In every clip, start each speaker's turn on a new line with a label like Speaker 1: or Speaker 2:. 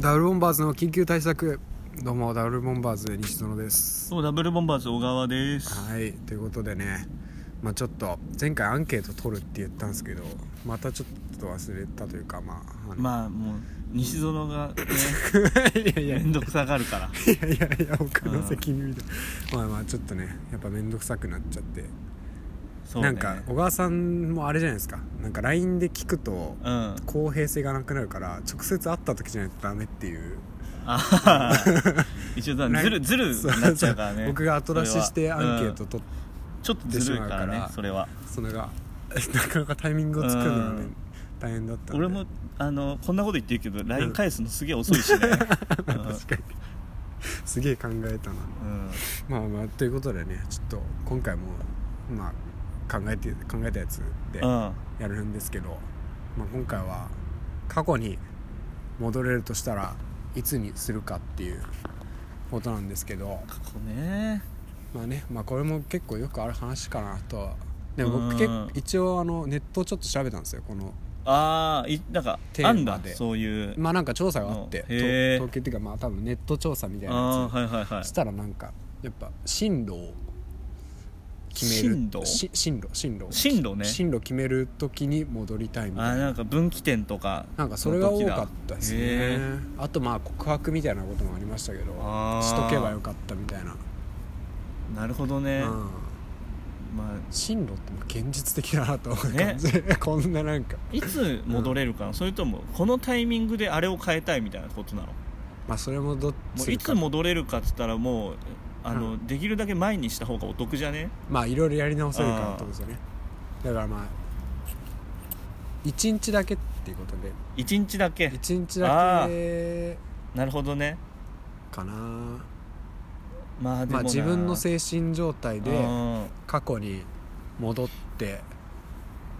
Speaker 1: ダブルボンバーズの緊急対策どうもダブルボンバーズ西園です
Speaker 2: そうダブルボンバーズ小川です
Speaker 1: はいということでねまあちょっと前回アンケート取るって言ったんですけどまたちょっと忘れたというかまああの
Speaker 2: まあもう西園が ね
Speaker 1: いやいやいや
Speaker 2: 面倒くさがるから
Speaker 1: いやいや僕の責任みたいなまあまあちょっとねやっぱ面倒くさくなっちゃって、
Speaker 2: そう、ね、
Speaker 1: なんか小川さんもあれじゃないですかなんか LINE で聞くと
Speaker 2: うん
Speaker 1: 公平性がなくなるから直接会った時じゃないとダメっていう
Speaker 2: あは は一応だずるずるになっちゃうからね
Speaker 1: 僕が後出ししてアンケート
Speaker 2: うん
Speaker 1: 取って
Speaker 2: ちょっとずるいから
Speaker 1: しまう
Speaker 2: ね
Speaker 1: から
Speaker 2: それは
Speaker 1: それが なかなかタイミングを作るのが
Speaker 2: う
Speaker 1: ね
Speaker 2: ん
Speaker 1: 大変だったんで
Speaker 2: 俺もあのこんなこと言ってるけど LINE 返すのすげえ遅いしね、うん
Speaker 1: 確かにすげえ考えたな
Speaker 2: うん
Speaker 1: まあまあということでねちょっと今回もまあ考えて考えたやつで
Speaker 2: う
Speaker 1: や
Speaker 2: ん
Speaker 1: るんですけど、まあ、今回は過去に戻れるとしたらいつにするかっていうことなんですけど
Speaker 2: 過去ね
Speaker 1: まあねまあこれも結構よくある話かなとはで
Speaker 2: う
Speaker 1: も
Speaker 2: ん
Speaker 1: 僕結構一応あのネットをちょっと調べたんですよこの
Speaker 2: ああんか
Speaker 1: テ
Speaker 2: あ
Speaker 1: ー
Speaker 2: ん
Speaker 1: マ
Speaker 2: だ
Speaker 1: で
Speaker 2: そういう、
Speaker 1: まあなんか調査があって
Speaker 2: うんへー
Speaker 1: と統計っていうかまあ多分ネット調査みたいなやつ
Speaker 2: ああーはいはいはい
Speaker 1: したらなんかやっぱ進路を決める
Speaker 2: 進路
Speaker 1: し進路進路
Speaker 2: 進路ね
Speaker 1: 進路決める時に戻りたいみ
Speaker 2: あ
Speaker 1: た
Speaker 2: ー
Speaker 1: い
Speaker 2: なん
Speaker 1: な
Speaker 2: か分岐点とか
Speaker 1: なんかそれが多かったです
Speaker 2: へ
Speaker 1: ね
Speaker 2: ー
Speaker 1: あとまあ告白みたいなこともありましたけど
Speaker 2: あー
Speaker 1: しとけばよかったみたいな、
Speaker 2: なるほどね、
Speaker 1: うん、
Speaker 2: まあ
Speaker 1: 進路ってもう現実的だなと思う
Speaker 2: ね
Speaker 1: 感じ、 こんななんか
Speaker 2: いつ戻れるかな、それともこのタイミングであれを変えたいみたいなことなのも
Speaker 1: まあそれもどっ
Speaker 2: う
Speaker 1: ち
Speaker 2: いつ
Speaker 1: か
Speaker 2: 戻れるかっつったらもうあの、
Speaker 1: う
Speaker 2: できるだけ前にした方がお得じゃね
Speaker 1: まあいろいろやり直せるかなと思うんですよねだからまあ一日だけっていうことで
Speaker 2: 一日だけ
Speaker 1: 一日だけ
Speaker 2: なるほどね
Speaker 1: かな
Speaker 2: まあでもな
Speaker 1: まあ、自分の精神状態で
Speaker 2: うん
Speaker 1: 過去に戻って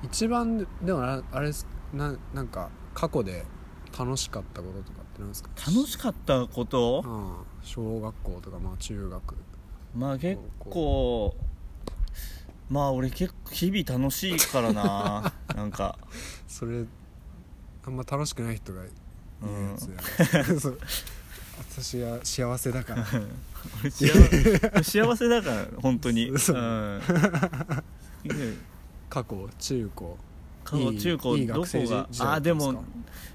Speaker 1: 一番でもああれですななんか過去で楽しかったこととかってなんですか
Speaker 2: 楽しかったこと、
Speaker 1: うん小学校とかまあ中学
Speaker 2: まあ結構まあ俺結構日々楽しいから ななんか
Speaker 1: それあんま楽しくない人が言うやつやな、そう私は幸せだから
Speaker 2: 俺幸 せ幸せだから本当に
Speaker 1: そう
Speaker 2: うん、ね
Speaker 1: 過去中高
Speaker 2: 過去
Speaker 1: いい
Speaker 2: 中高
Speaker 1: いい
Speaker 2: どこ
Speaker 1: 学生時
Speaker 2: が
Speaker 1: 時代
Speaker 2: あ
Speaker 1: だ
Speaker 2: あ
Speaker 1: った
Speaker 2: で
Speaker 1: んですか
Speaker 2: も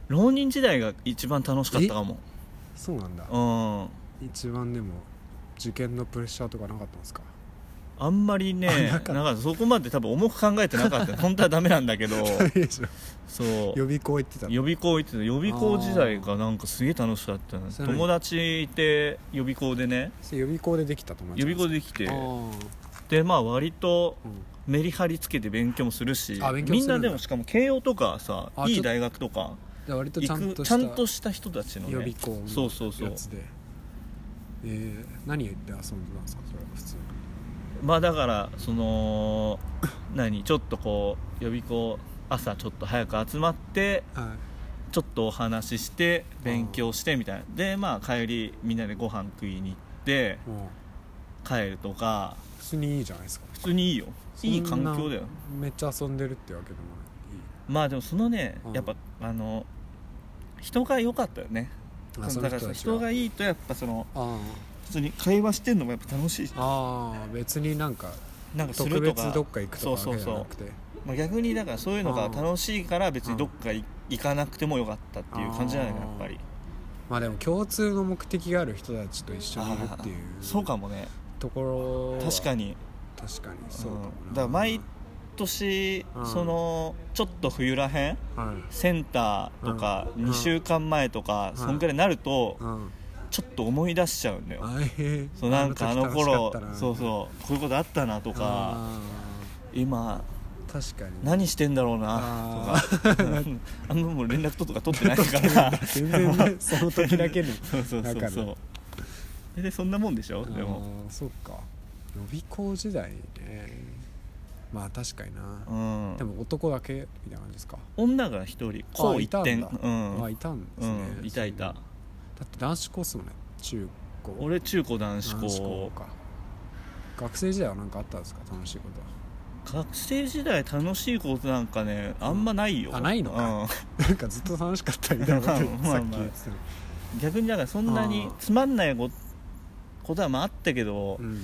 Speaker 2: 浪人時代が一番楽しかったかも
Speaker 1: そうなんだ
Speaker 2: うん
Speaker 1: 一番でも受験のプレッシャーとかなかったんですか
Speaker 2: あんまりねなんかそこまで多分重く考えてなかった 本当はダメなんだけどそ
Speaker 1: 予
Speaker 2: う
Speaker 1: 備校行ってたの
Speaker 2: 予備校行ってた予備校時代がなんかすげえ楽しかったな
Speaker 1: それ何
Speaker 2: 友達いて予備校でね
Speaker 1: それ予備校でできた友達
Speaker 2: 予備校
Speaker 1: で
Speaker 2: できて
Speaker 1: あ
Speaker 2: でまあ割と
Speaker 1: ー、うん
Speaker 2: メリハリつけて勉強もするし
Speaker 1: あ勉強も
Speaker 2: み
Speaker 1: する
Speaker 2: ん
Speaker 1: んだ
Speaker 2: なでもしかも慶応とかさ
Speaker 1: あち
Speaker 2: い
Speaker 1: ょ
Speaker 2: い
Speaker 1: っと
Speaker 2: 大学とか
Speaker 1: じゃあ割とちゃん
Speaker 2: 行く
Speaker 1: とし
Speaker 2: ちゃ
Speaker 1: た
Speaker 2: んとした人たちの、ね、
Speaker 1: 予備校のやつで
Speaker 2: そうそうそう
Speaker 1: えー、何言って遊んでたんですかそれは普通に
Speaker 2: まあだからその何ちょっとこう予備校朝ちょっと早く集まって
Speaker 1: はい
Speaker 2: ちょっとお話しして勉強してみたいなでまあ帰りみんなでご飯食いに行って
Speaker 1: もう
Speaker 2: 帰るとか
Speaker 1: 普通にいいじゃないですか
Speaker 2: 普通にいいよいい環境だよ
Speaker 1: そんなめっちゃ遊んでるってわけでも
Speaker 2: まあでもそのね
Speaker 1: うん
Speaker 2: やっぱあの人が良かったよね
Speaker 1: ないい
Speaker 2: そのだからさ人が
Speaker 1: い
Speaker 2: いいとやっぱその
Speaker 1: あ
Speaker 2: 普通に会話してんのもやっぱ楽しいし
Speaker 1: あああ別になんか
Speaker 2: なんかす
Speaker 1: 特
Speaker 2: るとか
Speaker 1: 別どっか行くとか
Speaker 2: そ
Speaker 1: わ
Speaker 2: う
Speaker 1: けじゃ
Speaker 2: そう
Speaker 1: な
Speaker 2: そう
Speaker 1: くて
Speaker 2: まあ、逆にだからそういうのが楽しいから別にどっかい行かなくてもよかったっていう感じなんだよ
Speaker 1: あー
Speaker 2: やっぱり
Speaker 1: まあでも共通の目的がある人たちと一緒にいるっていう
Speaker 2: あー そうかもね
Speaker 1: ところは
Speaker 2: 確かに
Speaker 1: 確かにそうかもな
Speaker 2: うんだから毎年
Speaker 1: うん
Speaker 2: そのちょっと冬らへん
Speaker 1: はい
Speaker 2: センターとか
Speaker 1: うん
Speaker 2: 2週間前とか
Speaker 1: うん
Speaker 2: そんくらいになると
Speaker 1: うん
Speaker 2: ちょっと思い出しちゃうんだよ
Speaker 1: あえ
Speaker 2: そうなんかあの頃そう
Speaker 1: う
Speaker 2: そうこういうことあったなとか今
Speaker 1: 確かに
Speaker 2: 何してんだろうな
Speaker 1: あ
Speaker 2: とか うんあんまもう連絡とか取ってないから
Speaker 1: 全然ねその時だけの
Speaker 2: そうそうそ
Speaker 1: だから
Speaker 2: うそう大体そんなもんでしょ でも
Speaker 1: あーそっか予備校時代ねまあ確かにな
Speaker 2: うん
Speaker 1: でも男だけみたいな感じですか
Speaker 2: 女が一人こう
Speaker 1: あい
Speaker 2: 一
Speaker 1: たんだ
Speaker 2: 点
Speaker 1: あ
Speaker 2: う
Speaker 1: いたんですね
Speaker 2: んうんいたい
Speaker 1: だ
Speaker 2: た
Speaker 1: って男子校っすもんね中高
Speaker 2: 俺中高男子
Speaker 1: 男子校
Speaker 2: 校
Speaker 1: か学生時代は何かあったんですか楽しいことは
Speaker 2: 学生時代楽しいことなんかねあんまないよ
Speaker 1: あないのか
Speaker 2: うん
Speaker 1: なんかずっと楽しかったみたいなこと
Speaker 2: まあまあ
Speaker 1: さっき言ってたの
Speaker 2: 逆にだからそんなに
Speaker 1: あー
Speaker 2: つまんないこことはまああったけど、
Speaker 1: うん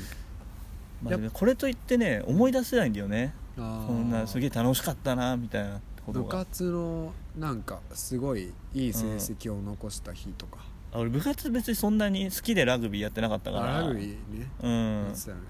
Speaker 2: まあでもこれといってね思い出せないんだよね
Speaker 1: あー
Speaker 2: こんなすげえ楽しかったなみたいなこと
Speaker 1: 部
Speaker 2: が
Speaker 1: 活のなんかすごいいい成績を残した日とか、
Speaker 2: あ俺部活別にそんなに好きでラグビーやってなかったか
Speaker 1: あ
Speaker 2: ら
Speaker 1: ラグビーね、
Speaker 2: うん
Speaker 1: やってたよね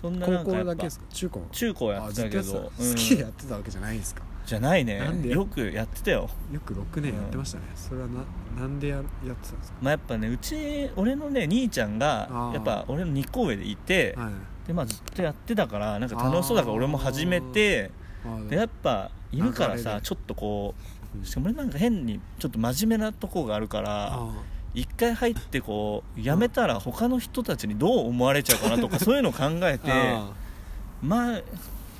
Speaker 2: そんなな
Speaker 1: 高
Speaker 2: んかや
Speaker 1: 校だ
Speaker 2: っぱ
Speaker 1: けですか中高
Speaker 2: 中高や
Speaker 1: あ
Speaker 2: って
Speaker 1: ず
Speaker 2: た
Speaker 1: っと
Speaker 2: け
Speaker 1: やってた
Speaker 2: ど
Speaker 1: 好きで
Speaker 2: う
Speaker 1: や
Speaker 2: ん
Speaker 1: ってたわけじゃないんですか、
Speaker 2: じゃないね
Speaker 1: なんで
Speaker 2: よくやってたよ
Speaker 1: よく6年やってましたね、それはななんでややってたんです
Speaker 2: まあやっぱねうち俺のね兄ちゃん
Speaker 1: あ
Speaker 2: が
Speaker 1: ー
Speaker 2: やっぱ俺の2個上でいて
Speaker 1: か、はい
Speaker 2: でまあずっとやってたからなんか楽しそうだから俺も始めて
Speaker 1: あー
Speaker 2: でやっぱ犬から
Speaker 1: 流れ
Speaker 2: さ
Speaker 1: で
Speaker 2: ちょっとこ
Speaker 1: うん
Speaker 2: うしかも俺なんか変にちょっと真面目なとこがあるから
Speaker 1: あ
Speaker 2: 一回入ってこうやめたら他の人たちにどう思われちゃうかな とかそういうのを考え
Speaker 1: ー
Speaker 2: て
Speaker 1: あ
Speaker 2: まあ
Speaker 1: ー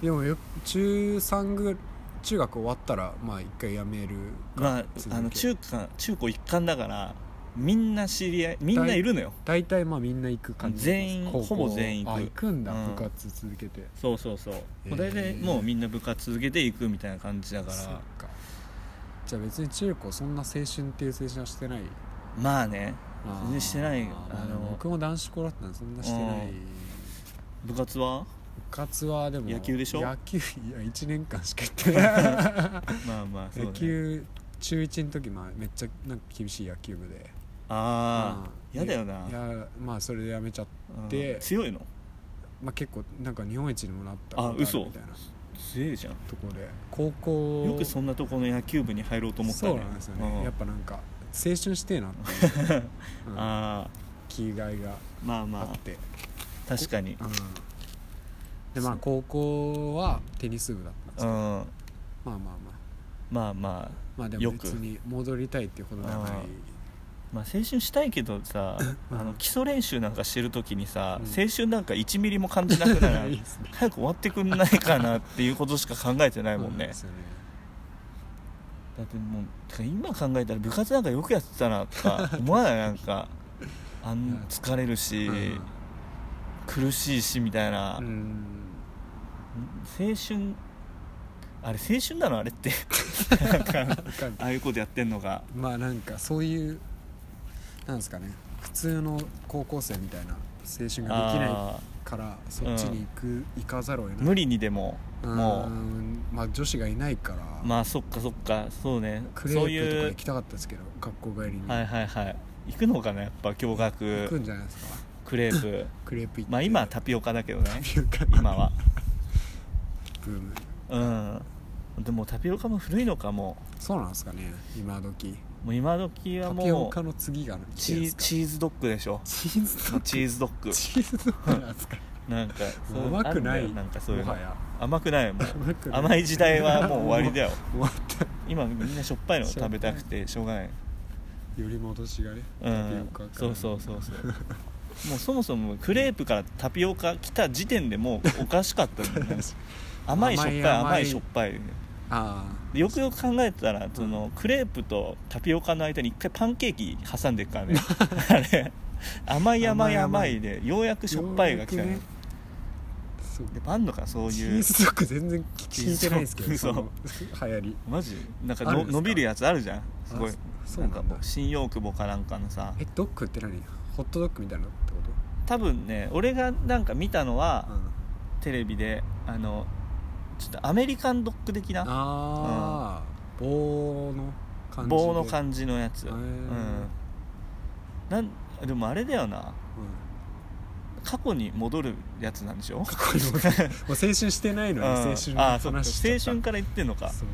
Speaker 1: でもよ中3ぐ中学終わったらまあ一回やめる
Speaker 2: まあ
Speaker 1: 続け
Speaker 2: あの中間中高一貫だからみんな知り合いみんないるのよ
Speaker 1: 大体まあみんな行く感じ
Speaker 2: 全員
Speaker 1: 高校
Speaker 2: ほぼ全員行く
Speaker 1: あ行くんだ、
Speaker 2: うん
Speaker 1: 部活続けて
Speaker 2: そうそうそう、もう大
Speaker 1: へ
Speaker 2: 体
Speaker 1: ー
Speaker 2: もうみんな部活続けていくみたいな感じだか
Speaker 1: そっ
Speaker 2: ら
Speaker 1: かじゃあ別に中高そんな青春っていう青春はしてない
Speaker 2: まあね
Speaker 1: あー
Speaker 2: 全然してない
Speaker 1: ま
Speaker 2: あの
Speaker 1: 僕も男子校だったんでそんなしてない、
Speaker 2: うん部 活は
Speaker 1: 部活はでも
Speaker 2: 野球でしょ
Speaker 1: 野球いや1年間しかやってない
Speaker 2: まあまあ そう
Speaker 1: 野
Speaker 2: ね
Speaker 1: 球中1の時、まあ、めっちゃなんか厳しい野球部で
Speaker 2: ああ
Speaker 1: うん
Speaker 2: 嫌だよない
Speaker 1: やまあそれでやめちゃっ
Speaker 2: うん
Speaker 1: で
Speaker 2: 強いの
Speaker 1: まあ、結構なんか日本一にもなった
Speaker 2: あ
Speaker 1: ことる
Speaker 2: 嘘
Speaker 1: みたいな
Speaker 2: 強いじゃん
Speaker 1: ところで高校
Speaker 2: よくそんなとこの野球部に入ろうと思った
Speaker 1: そうなんですよね、
Speaker 2: うん
Speaker 1: やっぱなんか青春してえなって いう、うん
Speaker 2: ああ
Speaker 1: 気概が
Speaker 2: まあ
Speaker 1: あ
Speaker 2: ま
Speaker 1: っ
Speaker 2: あ
Speaker 1: て、
Speaker 2: 確かに
Speaker 1: うんでまあ高校はテニス部だったんです
Speaker 2: う
Speaker 1: よ
Speaker 2: ん
Speaker 1: まあまあまあ
Speaker 2: まあまあ
Speaker 1: まあで
Speaker 2: よ
Speaker 1: も
Speaker 2: く
Speaker 1: 別に戻りたいっていうことではない
Speaker 2: あまあ青春したいけどさ
Speaker 1: うん
Speaker 2: あの基礎練習なんかしてる時にさ、
Speaker 1: うん
Speaker 2: 青春なんか1ミリも感じな くなら
Speaker 1: いいですね
Speaker 2: 早く終わってくんないかなっていうことしか考えてないもん
Speaker 1: そうな
Speaker 2: ね
Speaker 1: ですよね
Speaker 2: だってもうてか今考えたら部活なんかよくやってたなとか思わないな んか
Speaker 1: い
Speaker 2: あ
Speaker 1: や
Speaker 2: ん疲れるし、
Speaker 1: うん
Speaker 2: 苦しいしみたいな、
Speaker 1: うん
Speaker 2: 青春あれ青春なのあれって なんか
Speaker 1: わかんない
Speaker 2: ああいうことやってんのが
Speaker 1: まあなんかそういうなんですかね普通の高校生みたいな青春ができない
Speaker 2: あ
Speaker 1: からそっちに行く、行かざるを得
Speaker 2: ー
Speaker 1: ない
Speaker 2: 無理にでも
Speaker 1: ん
Speaker 2: も
Speaker 1: まあ女子がいないから、
Speaker 2: うまあそっかそっかそうね
Speaker 1: クレ
Speaker 2: そう
Speaker 1: ープと
Speaker 2: い
Speaker 1: か
Speaker 2: う
Speaker 1: 行きたかったですけど学校帰りに、
Speaker 2: はいはいはい行くのかなやっぱ驚
Speaker 1: 行く
Speaker 2: 愕
Speaker 1: んじゃないですか
Speaker 2: クレープ
Speaker 1: クレープ行って
Speaker 2: まあ今はタピオカだけどね
Speaker 1: ピオカ
Speaker 2: 今は
Speaker 1: ブーム
Speaker 2: うんでもタピオカも古いのかも
Speaker 1: そうなんですかね今時
Speaker 2: うもう今時は
Speaker 1: タピオ
Speaker 2: も
Speaker 1: カ
Speaker 2: う
Speaker 1: の次が
Speaker 2: チ
Speaker 1: 何で
Speaker 2: ー
Speaker 1: すか
Speaker 2: チーズドッグでしょ
Speaker 1: チーズドッグ
Speaker 2: チーズドッグ
Speaker 1: チーズドッグなんですか
Speaker 2: なんかそういうの
Speaker 1: 甘くな
Speaker 2: ある
Speaker 1: い
Speaker 2: んだよなんかそういう
Speaker 1: も
Speaker 2: の
Speaker 1: はや
Speaker 2: 甘くない もう
Speaker 1: 甘くない
Speaker 2: 甘い時代はもう終わ りだよ
Speaker 1: 終わった
Speaker 2: 今みんなしょっぱいの食べたくてしょうがない
Speaker 1: より戻しがね
Speaker 2: う
Speaker 1: タピオ
Speaker 2: ん
Speaker 1: カから
Speaker 2: そうそうそうそうもうそもそもクレープからタピオカ来た時点でもうおかしかったんだよね 甘いしょっぱ
Speaker 1: 甘
Speaker 2: い
Speaker 1: い甘
Speaker 2: 甘
Speaker 1: い
Speaker 2: いしょっぱい
Speaker 1: あ
Speaker 2: でよくよく考えてたらそのクレープとタピオカの間に一回パンケーキ挟んでるか らねあれ甘い甘い甘いでようやく
Speaker 1: あ
Speaker 2: しょっぱいが来た
Speaker 1: よう
Speaker 2: の
Speaker 1: や
Speaker 2: で
Speaker 1: くねそう
Speaker 2: あんのかそう
Speaker 1: チ
Speaker 2: い
Speaker 1: ー
Speaker 2: う
Speaker 1: ズドッグ全然聞いてないですけど
Speaker 2: そ
Speaker 1: そうの流行り
Speaker 2: マジなんか
Speaker 1: ある
Speaker 2: の
Speaker 1: んですか
Speaker 2: 伸びるやつあるじゃんすごい
Speaker 1: あそそう
Speaker 2: な
Speaker 1: なんんだ
Speaker 2: かもう新大久保かなんかのさ
Speaker 1: えドッグって何ホットドッグみたいなのってこと
Speaker 2: 多分ね俺がなんか見たのは、
Speaker 1: うん
Speaker 2: テレビであのちょっとアメリカンドッグ的な
Speaker 1: ああ棒の感じで
Speaker 2: 棒の感じのやつ、
Speaker 1: へー
Speaker 2: うん、なんでもあれだよな過去に戻るやつなんでしょ
Speaker 1: うん もう青春してないのに青春
Speaker 2: うん
Speaker 1: の
Speaker 2: あーそうか
Speaker 1: 話しちゃ
Speaker 2: 青
Speaker 1: った
Speaker 2: 春から言ってんのか
Speaker 1: そう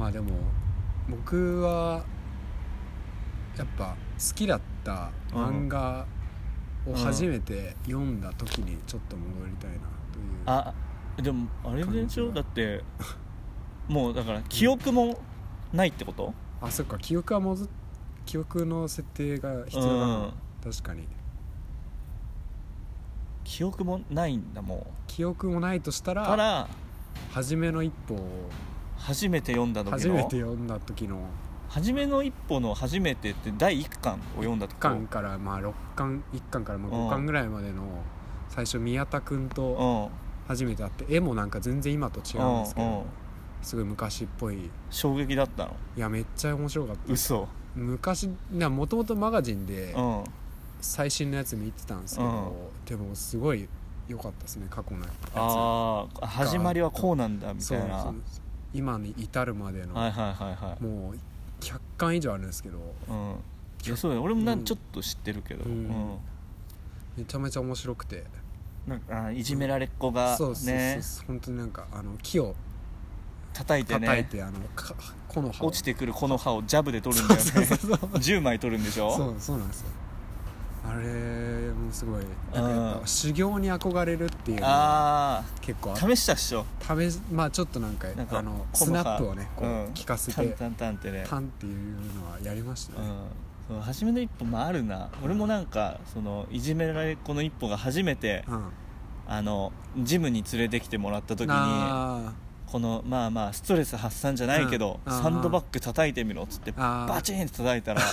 Speaker 1: まあでも僕はやっぱ好きだった漫画を初めて読んだ時にちょっと戻りたいなという
Speaker 2: あでもあれでしょ
Speaker 1: 感じが
Speaker 2: だってもうだから記憶もないってこと、
Speaker 1: あそっか記憶は戻っ記憶の設定が必要だな、確かに
Speaker 2: 記憶もないんだも
Speaker 1: 記憶もないとした
Speaker 2: うからら
Speaker 1: 初めの一歩を
Speaker 2: 初めて読んだ時の
Speaker 1: 初めて読んだ時の
Speaker 2: 初めの一歩の初めてって第1巻を読んだと
Speaker 1: 1
Speaker 2: こ
Speaker 1: 巻からまあ6巻1巻からまあ
Speaker 2: うん
Speaker 1: 5巻ぐらいまでの最初宮田君と
Speaker 2: うん
Speaker 1: 初めて会って絵もなんか全然今と違うんですけ
Speaker 2: うんう
Speaker 1: ど
Speaker 2: ん
Speaker 1: すごい昔っぽい
Speaker 2: 衝撃だったの
Speaker 1: いやめっちゃ面白かった
Speaker 2: 嘘
Speaker 1: 昔もともとマガジンで
Speaker 2: うん
Speaker 1: 最新のやつ見てたんですけど、
Speaker 2: う
Speaker 1: でもすごい良かったですね過去のやつ
Speaker 2: ああ始まりはこうなんだみ
Speaker 1: そ
Speaker 2: た
Speaker 1: う
Speaker 2: いな
Speaker 1: そ
Speaker 2: は
Speaker 1: う今に至るまでの、
Speaker 2: いはいはいはい
Speaker 1: もう100巻以上あるんですけど
Speaker 2: うんいやそうだよ俺もな
Speaker 1: うん
Speaker 2: ちょっと知ってるけど、う
Speaker 1: うんんめちゃめちゃ面白くて
Speaker 2: なんかあーいじめられっ子が
Speaker 1: そうそうそ
Speaker 2: ね
Speaker 1: うそう本当になんかあの木を
Speaker 2: 叩いて
Speaker 1: 叩
Speaker 2: ね
Speaker 1: いてあのか木の葉を
Speaker 2: 落ちてくるこの歯をジャブで取るんだよね
Speaker 1: そうそうそうそう
Speaker 2: 10枚取るんでしょ
Speaker 1: そうそうなんですよあれもすごいなんかやっ
Speaker 2: うん
Speaker 1: ぱ修行に憧れるっていうのが
Speaker 2: あ
Speaker 1: 結構あ
Speaker 2: あ
Speaker 1: っ
Speaker 2: 試したっしょ
Speaker 1: 試しまあちょっとなんか
Speaker 2: なんか
Speaker 1: あの
Speaker 2: こ
Speaker 1: ス
Speaker 2: の
Speaker 1: ナ
Speaker 2: 歯
Speaker 1: ップをねこう
Speaker 2: うん
Speaker 1: 聞かせ
Speaker 2: タン
Speaker 1: て
Speaker 2: タンタンってね
Speaker 1: パンっていうのはやりました
Speaker 2: う
Speaker 1: ね
Speaker 2: んそう初めの一歩もあるな俺もなんかそのいじめられっ子の一歩が初めて
Speaker 1: うん
Speaker 2: あのジムに連れてきてもらった時に
Speaker 1: あ
Speaker 2: このまあまあストレス発散じゃないけど
Speaker 1: うんうん
Speaker 2: サンドバッグ叩いてみろっつって
Speaker 1: あー
Speaker 2: バチンって叩 いたらハ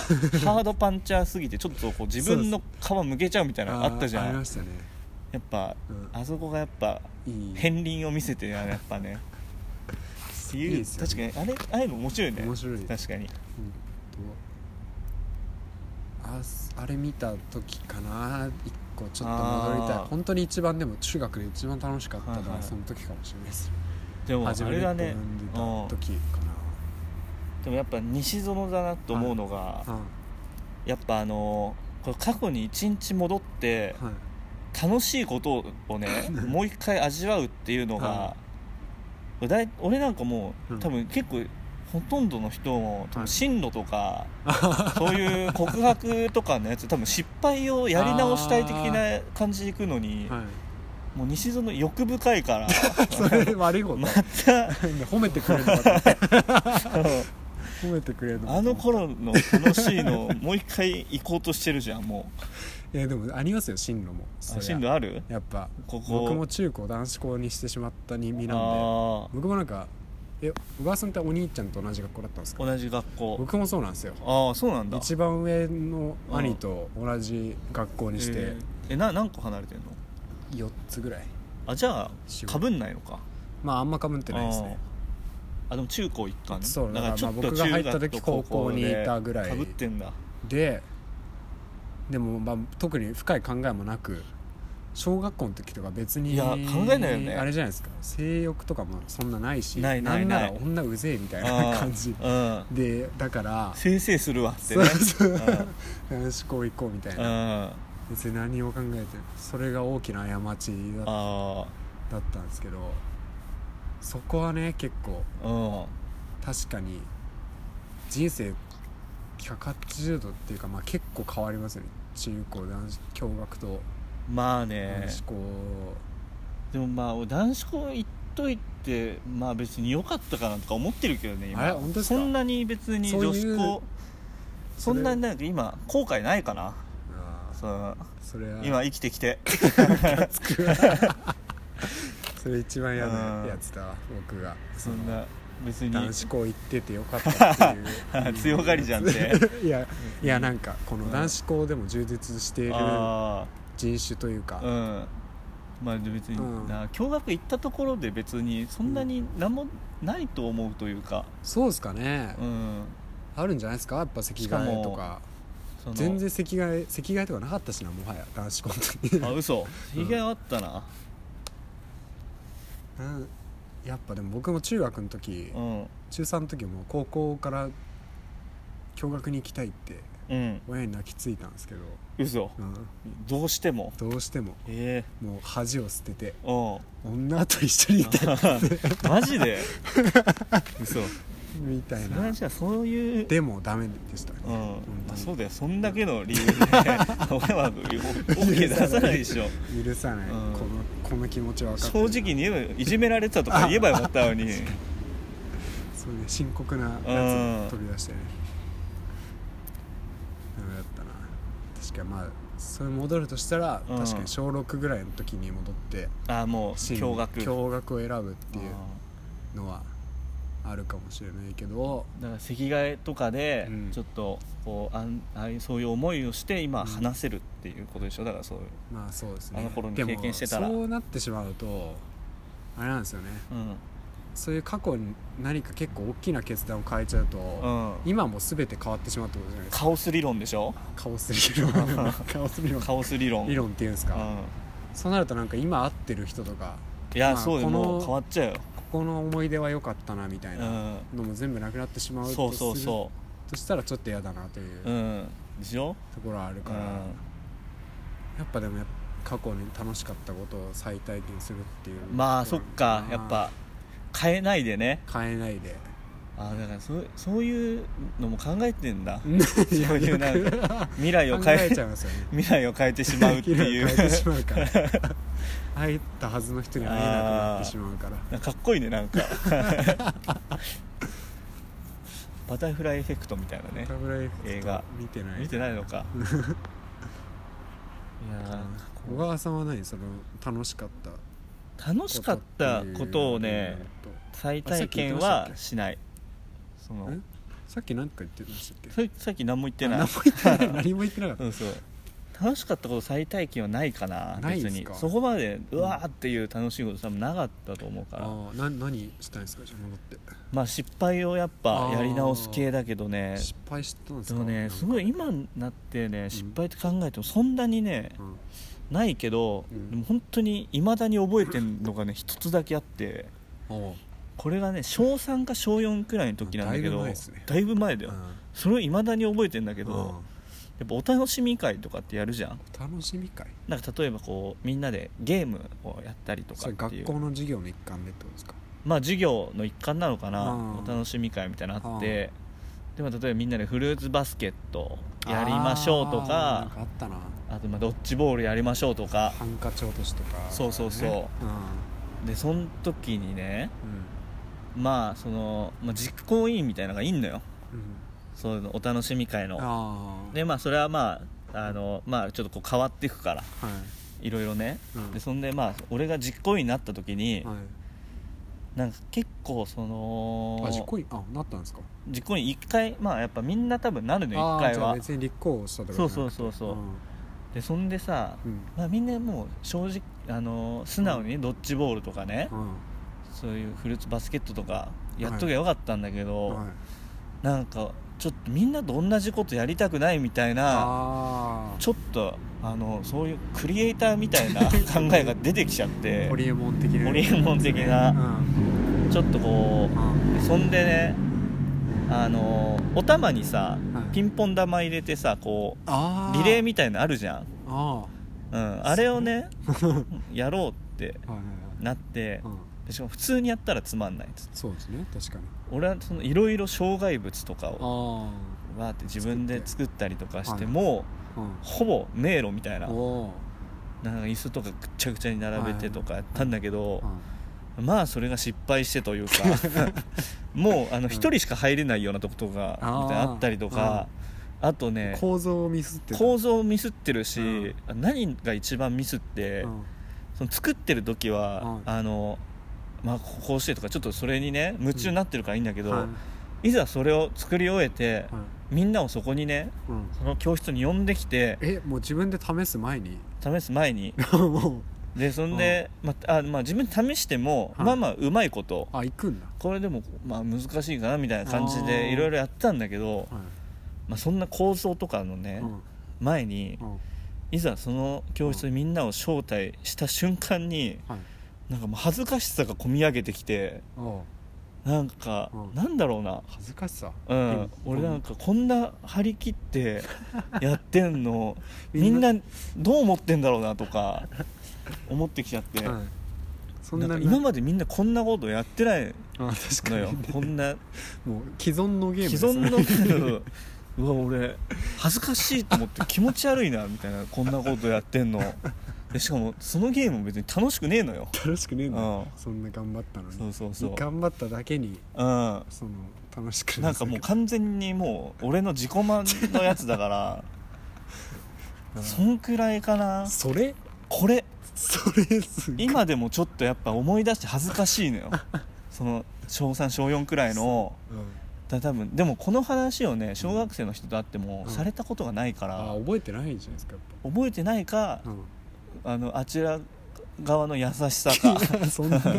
Speaker 2: ードパンチャーすぎてちょっとこう自分の皮むけちゃうみたい
Speaker 1: ー
Speaker 2: なのあったじ
Speaker 1: あ
Speaker 2: ゃ
Speaker 1: り
Speaker 2: ん
Speaker 1: ましたね
Speaker 2: やっぱ
Speaker 1: うん
Speaker 2: あそこがやっぱ
Speaker 1: いい
Speaker 2: 片鱗を見せてるよねやっぱねっていう
Speaker 1: いいですよ
Speaker 2: 確かにあれああいうの面白いね
Speaker 1: 面白いです
Speaker 2: 確かに
Speaker 1: うんとあすあれ見た時かな一個ちょっと戻りたい
Speaker 2: あー
Speaker 1: 本当に一番でも中学で一番楽しかった
Speaker 2: はい
Speaker 1: の
Speaker 2: はい
Speaker 1: はその時かもしれないです
Speaker 2: でもあ
Speaker 1: 初めて
Speaker 2: れ
Speaker 1: 読
Speaker 2: だ
Speaker 1: んで
Speaker 2: ね
Speaker 1: た
Speaker 2: うん
Speaker 1: 時か
Speaker 2: でもやっぱ西園だなと思うのが
Speaker 1: な
Speaker 2: やっぱあのーこれ過去に一日戻って
Speaker 1: うんはい
Speaker 2: 楽しいこと をねもう一回味わうっていうのが
Speaker 1: は
Speaker 2: だい俺なんかも
Speaker 1: う
Speaker 2: うん多分結構ほとんどの人も多
Speaker 1: はい
Speaker 2: 分進路とか そういう告白とかのやつ多分失敗をやり直したい的な感じでいくのに
Speaker 1: はい
Speaker 2: もう西園欲深いか ら
Speaker 1: それ悪い こと
Speaker 2: また
Speaker 1: 褒めてくれるのかと褒めてくれるのかと
Speaker 2: あの頃の楽しいのをもう一回行こうとしてるじゃんも
Speaker 1: いやでもありますよ進路も
Speaker 2: う
Speaker 1: そ
Speaker 2: あ
Speaker 1: りゃ
Speaker 2: 進路ある
Speaker 1: やっぱ
Speaker 2: ここ
Speaker 1: 僕も中高男子校にしてしまった身なんで
Speaker 2: あ
Speaker 1: 僕もなんかえ小川さんってお兄ちゃんと同じ学校だったんです
Speaker 2: あ
Speaker 1: か
Speaker 2: 同じ学校
Speaker 1: 僕もそうなんですよ
Speaker 2: ああそうなんだ
Speaker 1: 一番上の兄と同じ学校にして
Speaker 2: えーえな何個離れてんの
Speaker 1: 4つぐらい
Speaker 2: あじゃ
Speaker 1: 四
Speaker 2: あ
Speaker 1: 五
Speaker 2: かぶんないのか
Speaker 1: まああんまかぶってないですね
Speaker 2: あーあでも中高一貫
Speaker 1: そうだから
Speaker 2: ちょっと
Speaker 1: まあ僕が入った
Speaker 2: 中学
Speaker 1: 時
Speaker 2: と高
Speaker 1: 高校にいたぐらい
Speaker 2: かぶって んだ
Speaker 1: ででも、まあ、特に深い考えもなく小学校の時とか別に
Speaker 2: いや考えないよね
Speaker 1: あれじゃないですか性欲とかもそんなないし
Speaker 2: ないない
Speaker 1: んなら
Speaker 2: ない
Speaker 1: 女うぜえみたい
Speaker 2: あ
Speaker 1: な
Speaker 2: ー
Speaker 1: 感じ
Speaker 2: うん
Speaker 1: でだから
Speaker 2: 先生するわって
Speaker 1: そ
Speaker 2: ね
Speaker 1: うそう
Speaker 2: うん
Speaker 1: 男子校行こうみたい
Speaker 2: うん
Speaker 1: な
Speaker 2: あ
Speaker 1: 別に何を考えてないそれが大きな過ちだ
Speaker 2: あ
Speaker 1: だったんですけどそこはね結構
Speaker 2: うん
Speaker 1: 確かに人生180度っていうか、まあ、結構変わりますよね中高男子共学と
Speaker 2: まあね
Speaker 1: 男子校、
Speaker 2: でもまあ俺男子校行っといてまあ別に良かったかなとか思ってるけどね今
Speaker 1: あれ本当ですか
Speaker 2: そんなに別に女
Speaker 1: そうい
Speaker 2: 子
Speaker 1: う
Speaker 2: 校そ
Speaker 1: それ
Speaker 2: んなになんか今後悔ないかな
Speaker 1: ああ
Speaker 2: そう
Speaker 1: それは
Speaker 2: 今生きてきて
Speaker 1: つくわ それ一番嫌なやつだわ僕が
Speaker 2: そんな別に
Speaker 1: 男子校行っててよかったっていう
Speaker 2: 強がりじゃんって
Speaker 1: いやいやなんかこの男子校でも充実している
Speaker 2: あ
Speaker 1: 人種という
Speaker 2: あ
Speaker 1: か、
Speaker 2: うんまあで別に、
Speaker 1: うん
Speaker 2: な共学行ったところで別にそんなに何もないと思うというか、
Speaker 1: そうですかね、
Speaker 2: うん、
Speaker 1: あるんじゃないですかやっぱ赤
Speaker 2: しか
Speaker 1: 外
Speaker 2: も
Speaker 1: とか
Speaker 2: その
Speaker 1: 全然赤外赤外とかなかったしなもはや男子校の時
Speaker 2: あ嘘
Speaker 1: うん
Speaker 2: 意外あったな
Speaker 1: うん やっぱでも僕も中学の時
Speaker 2: うん
Speaker 1: 中3の時も高校から共学に行きたいって
Speaker 2: うん
Speaker 1: 親に泣きついたんですけど、
Speaker 2: 嘘
Speaker 1: うん、
Speaker 2: どうしても
Speaker 1: どうしても
Speaker 2: え
Speaker 1: もう恥を捨てて
Speaker 2: えうん
Speaker 1: 女と一緒にいたい
Speaker 2: マジで嘘
Speaker 1: みたい
Speaker 2: それは
Speaker 1: な
Speaker 2: じゃあそういう
Speaker 1: でもダメでしたね、
Speaker 2: うん
Speaker 1: 本当
Speaker 2: まあ
Speaker 1: に
Speaker 2: そうだよそんだけの 理由で俺は OK 出さないでしょ
Speaker 1: 許さない、
Speaker 2: うん
Speaker 1: このこの気持ちは分かって
Speaker 2: 正
Speaker 1: る
Speaker 2: 直に言えばいじめられてたとか言えばよかったのに
Speaker 1: そうね深刻なやつ飛び出してねダメだったな確かにまあそれ戻るとしたら、
Speaker 2: うん
Speaker 1: 確かに小6ぐらいの時に戻って
Speaker 2: ああもう驚愕
Speaker 1: 驚愕を選ぶってい
Speaker 2: ああ
Speaker 1: うのはあるかもしれないけど
Speaker 2: だから席替えとかで
Speaker 1: うん
Speaker 2: ちょっとこうあんああいうそういう思いをして今
Speaker 1: うん
Speaker 2: 話せるっていうことでしょだからそういう
Speaker 1: まあそうですね
Speaker 2: あの頃に経験してたら
Speaker 1: でもそうなってしまうとあれなんですよね
Speaker 2: うん
Speaker 1: そういう過去に何か結構大きな決断を変えちゃうと、
Speaker 2: うん
Speaker 1: 今も全て変わってしまうってことじゃない ですか
Speaker 2: カオス理論でしょ
Speaker 1: カオス理論 カオス理論
Speaker 2: カオス理論
Speaker 1: 理論っていうんです
Speaker 2: う
Speaker 1: か、
Speaker 2: ん
Speaker 1: そうなるとなんか今会ってる人とか
Speaker 2: いや、
Speaker 1: まあ
Speaker 2: そうよ
Speaker 1: この
Speaker 2: もう変わっちゃうよ、
Speaker 1: ここの思い出は良かったなみたいな
Speaker 2: う、
Speaker 1: のも全部なくなってしまうんと
Speaker 2: そうそう
Speaker 1: する
Speaker 2: そ
Speaker 1: としたらちょっと嫌だなという
Speaker 2: う、うん、でしょ、
Speaker 1: ところはある
Speaker 2: う
Speaker 1: から、
Speaker 2: ん、
Speaker 1: やっぱでもやっぱ過去に楽しかったことを再体験するっていう
Speaker 2: まあそっかやっぱ変えないでね
Speaker 1: 変えないで
Speaker 2: あだからそうそういうのも考えてんだ
Speaker 1: いや
Speaker 2: そういうなんか
Speaker 1: よ く
Speaker 2: 未来を
Speaker 1: 考
Speaker 2: 変え
Speaker 1: えちゃいますよね
Speaker 2: 未来を変えてしまうっ ていう
Speaker 1: 変えてしまうから会えたはずの人に会えなくなってしまう から
Speaker 2: なんかかっこいいねなんか バタフライエフェクトみたいなね
Speaker 1: バタフライエ
Speaker 2: 映
Speaker 1: フェク
Speaker 2: 画
Speaker 1: ト見てない
Speaker 2: 見てないのかいや
Speaker 1: 小川さんは何その楽しかった
Speaker 2: ー楽しかったことをね再体験はしないそ
Speaker 1: え
Speaker 2: の
Speaker 1: さっき何か言ってましたっけ
Speaker 2: ささっき何も言ってない
Speaker 1: あ何も言ってない何も言ってなかった
Speaker 2: うんそう楽しかったこと再体験はないかな
Speaker 1: ない
Speaker 2: 別
Speaker 1: です
Speaker 2: に
Speaker 1: か
Speaker 2: そこまでうわーっていう楽しいこと多分なかったと思う から、
Speaker 1: ああな何したんですかじゃあ戻って
Speaker 2: まあ失敗をやっぱやり直す系だけどね
Speaker 1: 失敗したんです
Speaker 2: で
Speaker 1: か
Speaker 2: もねすごい今になってね失敗って考えてもそんなにね
Speaker 1: うん
Speaker 2: ないけど、
Speaker 1: うん
Speaker 2: でも本当にいまだに覚えてるのがね 一つだけあって
Speaker 1: おう
Speaker 2: これがね小3か小4くらいの時なんだけ
Speaker 1: だいぶ
Speaker 2: ど
Speaker 1: 前ですね
Speaker 2: だいぶ前だよ、
Speaker 1: うん
Speaker 2: それをいまだに覚えてんだけど、
Speaker 1: う
Speaker 2: や
Speaker 1: ん
Speaker 2: っぱお楽しみ会とかってやるじゃん
Speaker 1: 楽しみ会
Speaker 2: なんか例えばこうみんなでゲームをやったりと
Speaker 1: そ
Speaker 2: かっ
Speaker 1: れ
Speaker 2: てい
Speaker 1: 学
Speaker 2: う
Speaker 1: 校の授業の一環でってことですか
Speaker 2: まあ授業の一環なのかな、
Speaker 1: うん
Speaker 2: お楽しみ会みたいなのあって、でも例えばみんなでフルーツバスケットやりましょうと
Speaker 1: あーなん
Speaker 2: か
Speaker 1: かあったな
Speaker 2: あとまあドッジボールやりましょうとか
Speaker 1: ハンカチ落としとか
Speaker 2: そうそうそう
Speaker 1: ね
Speaker 2: でその時にね
Speaker 1: うん
Speaker 2: まあその、まあ、実行委員みたいなのがいんのよ
Speaker 1: うん
Speaker 2: そういうのお楽しみ会
Speaker 1: うん
Speaker 2: の
Speaker 1: ああ
Speaker 2: でまあそれはまああのまあちょっとこう変わっていくから
Speaker 1: はい
Speaker 2: いろいろね、
Speaker 1: うん
Speaker 2: でそんでまあ俺が実行委員になった時に、
Speaker 1: はい
Speaker 2: なんか結構その
Speaker 1: あ実行委員あなったんですか
Speaker 2: 実行委員1回まあやっぱみんな多分なるの
Speaker 1: あ
Speaker 2: 1
Speaker 1: ー
Speaker 2: 回
Speaker 1: じゃあ
Speaker 2: は
Speaker 1: 別に立候補したとかじゃ
Speaker 2: そう
Speaker 1: なくて
Speaker 2: そうそうそう、
Speaker 1: ん
Speaker 2: でそんでさ、
Speaker 1: うん
Speaker 2: まあ、みんなもう正直あの素直にドッジボールとかね、
Speaker 1: う
Speaker 2: そういうフルーツバスケットとかやっときゃよかったんだけど、
Speaker 1: んはい
Speaker 2: なんかちょっとみんなと同じことやりたくないみたいな
Speaker 1: ああ
Speaker 2: ちょっとあのそういうクリエイターみた いな考えが出てきちゃって
Speaker 1: ホリエモン的な
Speaker 2: ホリエモン的な
Speaker 1: うん
Speaker 2: ちょっとこ
Speaker 1: うん
Speaker 2: うでそんでねあのお玉にさ、
Speaker 1: はい
Speaker 2: ピンポン玉入れてさこ
Speaker 1: あー
Speaker 2: うリレーみたいなのあるじゃん、
Speaker 1: あ
Speaker 2: うん、あれ をねやろうって
Speaker 1: あはいはい
Speaker 2: なって
Speaker 1: はいうん
Speaker 2: でしかも普通にやったらつまんないっつって
Speaker 1: そうですね確かに
Speaker 2: 俺はいろいろ障害物とかを
Speaker 1: あ
Speaker 2: わーって自分で作ったりとかして
Speaker 1: はい
Speaker 2: も、
Speaker 1: あうん
Speaker 2: ほぼ迷路みたいな
Speaker 1: おお
Speaker 2: なんか椅子とかぐっちゃぐちゃに並べてとかやったんだけど、まあそれが失敗してと いうかもうあの一人しか入れないようなとことが
Speaker 1: あー
Speaker 2: みたいなのあったりとかあとね
Speaker 1: 構造をミスってた
Speaker 2: 構造ミスってるし、
Speaker 1: う
Speaker 2: 何が一番ミスって、
Speaker 1: うん
Speaker 2: その作ってる時は、
Speaker 1: う
Speaker 2: あのまあこうしてとかちょっとそれにね夢中になってるからいいんだけど、
Speaker 1: はい
Speaker 2: いざそれを作り終えて、
Speaker 1: はい
Speaker 2: みんなをそこにね
Speaker 1: うん
Speaker 2: その教室に呼んできて
Speaker 1: えもう自分で試す前に
Speaker 2: 試す前に
Speaker 1: もう
Speaker 2: でそんで、まああまあ、自分で試しても、
Speaker 1: はい
Speaker 2: まあまあうまいこと
Speaker 1: あ行くんだ
Speaker 2: これでも、まあ、難しいかなみたいな感じ
Speaker 1: あ
Speaker 2: で
Speaker 1: ー
Speaker 2: いろいろやってたんだけど
Speaker 1: は
Speaker 2: まあ、そんな構造とかの
Speaker 1: い
Speaker 2: ね、
Speaker 1: うん
Speaker 2: 前に
Speaker 1: うん
Speaker 2: いざその教室にみんなを招待した瞬間に
Speaker 1: はい
Speaker 2: なんかもう恥ずかしさがこみ上げてきて
Speaker 1: おう
Speaker 2: なんか、
Speaker 1: うん
Speaker 2: なんだろうな
Speaker 1: 恥ずかしさ
Speaker 2: うん、俺なんかこんな張り 切ってやってんのみ
Speaker 1: み
Speaker 2: ん
Speaker 1: んな
Speaker 2: などう思ってんだろうなとか思ってきちゃって、
Speaker 1: はいそん
Speaker 2: な
Speaker 1: なん
Speaker 2: か
Speaker 1: な
Speaker 2: 今までみんなこんなことやってない
Speaker 1: あ確
Speaker 2: の
Speaker 1: か
Speaker 2: よ
Speaker 1: に
Speaker 2: こんな
Speaker 1: もう既存のゲーム
Speaker 2: 既
Speaker 1: です
Speaker 2: 存
Speaker 1: ね
Speaker 2: のうわ俺恥ずかしいと思って気持ち悪いなみたいなこんなことやってんのでしかもそのゲームも別に楽しくねえのよ
Speaker 1: 楽しくねえんだ
Speaker 2: うん
Speaker 1: そんな頑張ったの
Speaker 2: そう
Speaker 1: に
Speaker 2: そうそう
Speaker 1: 頑張っただけに
Speaker 2: うん
Speaker 1: その楽しく
Speaker 2: なんかもう完全にもう俺の自己満のやつだ からそんくらいかな
Speaker 1: それ
Speaker 2: これ
Speaker 1: それすごい
Speaker 2: 今でもちょっとやっぱ思い出して恥ずかしいのよその小3小4くらいの
Speaker 1: うん
Speaker 2: だ多分でもこの話をね小学生の人と会っても
Speaker 1: うん
Speaker 2: されたことがないか
Speaker 1: あ
Speaker 2: ら、
Speaker 1: 覚えてないじゃないですかやっ
Speaker 2: 覚えてないか
Speaker 1: ぱ
Speaker 2: あのあちら側の優しさ
Speaker 1: うんそんな
Speaker 2: か、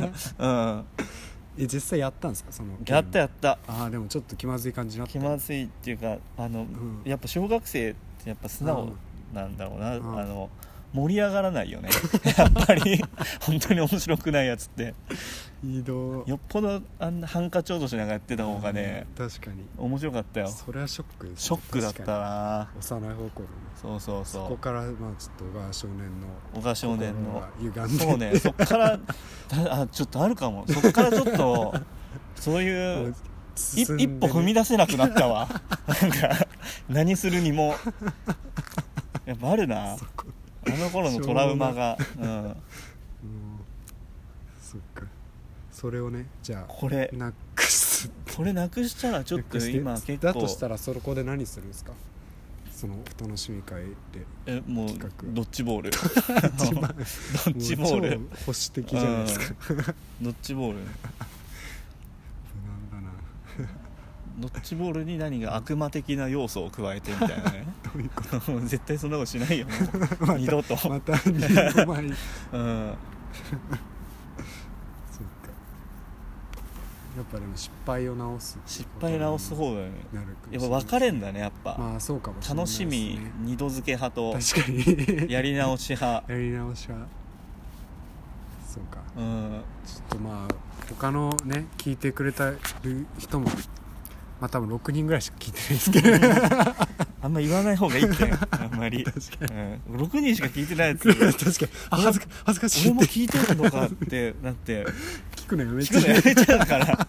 Speaker 1: え実際やったんですかその
Speaker 2: やったや
Speaker 1: っ
Speaker 2: った
Speaker 1: ああでもちょっと気まずい感じになった
Speaker 2: 気まずいっていうかあの、
Speaker 1: ん
Speaker 2: やっぱ小学生ってやっぱ素直なんだろうな、
Speaker 1: うん
Speaker 2: あの盛り上がらないよね やっぱり本当に面白くないやつって
Speaker 1: 移動
Speaker 2: よっぽどあんなハンカチ落としながらやってた方がね、
Speaker 1: うん確かに
Speaker 2: 面白かったよ
Speaker 1: それはショックですね
Speaker 2: ショックだった
Speaker 1: 確か
Speaker 2: な
Speaker 1: に幼い方向の
Speaker 2: そうそう
Speaker 1: そこ
Speaker 2: そ
Speaker 1: からまあちょっと小川少年の
Speaker 2: う小川少年
Speaker 1: 心
Speaker 2: の
Speaker 1: が歪んで
Speaker 2: そ うねそっからだあちょっとあるかもそっからちょっとそういうい
Speaker 1: 進んで
Speaker 2: 一
Speaker 1: ね
Speaker 2: 歩踏み出せなくなったわなんか何するにもやっぱあるなあ
Speaker 1: そこ
Speaker 2: の頃のトラウマが、うん、
Speaker 1: うんそっかそれをねじゃあ
Speaker 2: これ
Speaker 1: なくす
Speaker 2: これなくしたらちょっと今
Speaker 1: なくして
Speaker 2: 結
Speaker 1: だとした
Speaker 2: 構
Speaker 1: らそこで何するんですかそのお楽しみ会で
Speaker 2: えもう
Speaker 1: 企画
Speaker 2: ドッジボール ドッジボール
Speaker 1: もう超保守的じゃないですか
Speaker 2: ドッジボール
Speaker 1: 無難だな
Speaker 2: ドッジボールに何が悪魔的な要素を加えてみたいなね
Speaker 1: どういうこ
Speaker 2: 絶対そんなことしないよも
Speaker 1: と また
Speaker 2: 二度 と
Speaker 1: また2度前に
Speaker 2: う、うん、
Speaker 1: そっかやっぱでも失敗を直す
Speaker 2: 失敗直す方だよね
Speaker 1: なるかもしれ
Speaker 2: や
Speaker 1: な
Speaker 2: っぱ
Speaker 1: い
Speaker 2: 分かれんだねやっぱ、
Speaker 1: まあそうかもしれない
Speaker 2: 楽
Speaker 1: です
Speaker 2: し
Speaker 1: ね
Speaker 2: み二度付け派と
Speaker 1: 確かに
Speaker 2: やり直し派
Speaker 1: やり直しはそうか
Speaker 2: うん
Speaker 1: ちょっとまあ他のね聞いてくれたる人もまあ多分6人ぐらいしか聞いてないですけど
Speaker 2: あんま言わない方がいい ってあんまり、うん、6人しか聞いてないやつ
Speaker 1: 確かにあ恥ずか恥ずかしい
Speaker 2: 俺
Speaker 1: っ
Speaker 2: も
Speaker 1: て
Speaker 2: 聞いてるの かってなって
Speaker 1: 聞くのやめ
Speaker 2: 聞
Speaker 1: ち
Speaker 2: く
Speaker 1: ゃう
Speaker 2: のやめちゃうから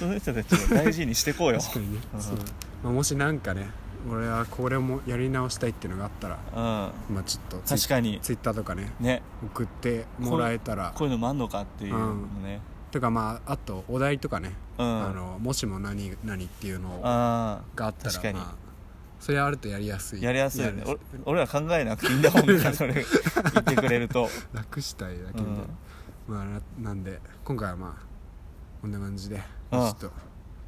Speaker 2: その人たちを大事にしてこうよ
Speaker 1: 確かにね
Speaker 2: うん
Speaker 1: そう、まあ、もしなんかね俺はこれもやり直したいっていうのがあったら
Speaker 2: うん
Speaker 1: まあちょっとツイ
Speaker 2: 確かに
Speaker 1: ツイッターとかね
Speaker 2: ね
Speaker 1: 送ってもらえたら
Speaker 2: こういうのもあんのかっていうのね
Speaker 1: とかまああとお題とかね、
Speaker 2: うん
Speaker 1: あのもしも何何っていうの
Speaker 2: あ
Speaker 1: があった
Speaker 2: 確からに
Speaker 1: まあそれあるとやりやすい
Speaker 2: やりやすいよね
Speaker 1: やり
Speaker 2: お俺ら考えなくていいんだもんねそれ言ってくれると、
Speaker 1: 楽したいだけで、
Speaker 2: うん、
Speaker 1: まあななんで今回はまあこんな感じでち
Speaker 2: うん
Speaker 1: ょっと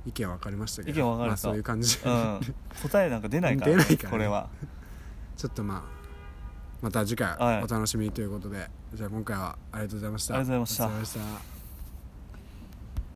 Speaker 1: 意見分かれましたけど
Speaker 2: 意見分かれた
Speaker 1: まあ、そういう感じで、
Speaker 2: うん、答えなんか出ないから,、
Speaker 1: 出ないからね
Speaker 2: これは
Speaker 1: ちょっとまあまた次回
Speaker 2: はい
Speaker 1: お楽しみにということで、じゃあ今回はありがとうございました
Speaker 2: ありがとうござ
Speaker 1: あ
Speaker 2: いました
Speaker 1: りがとうございました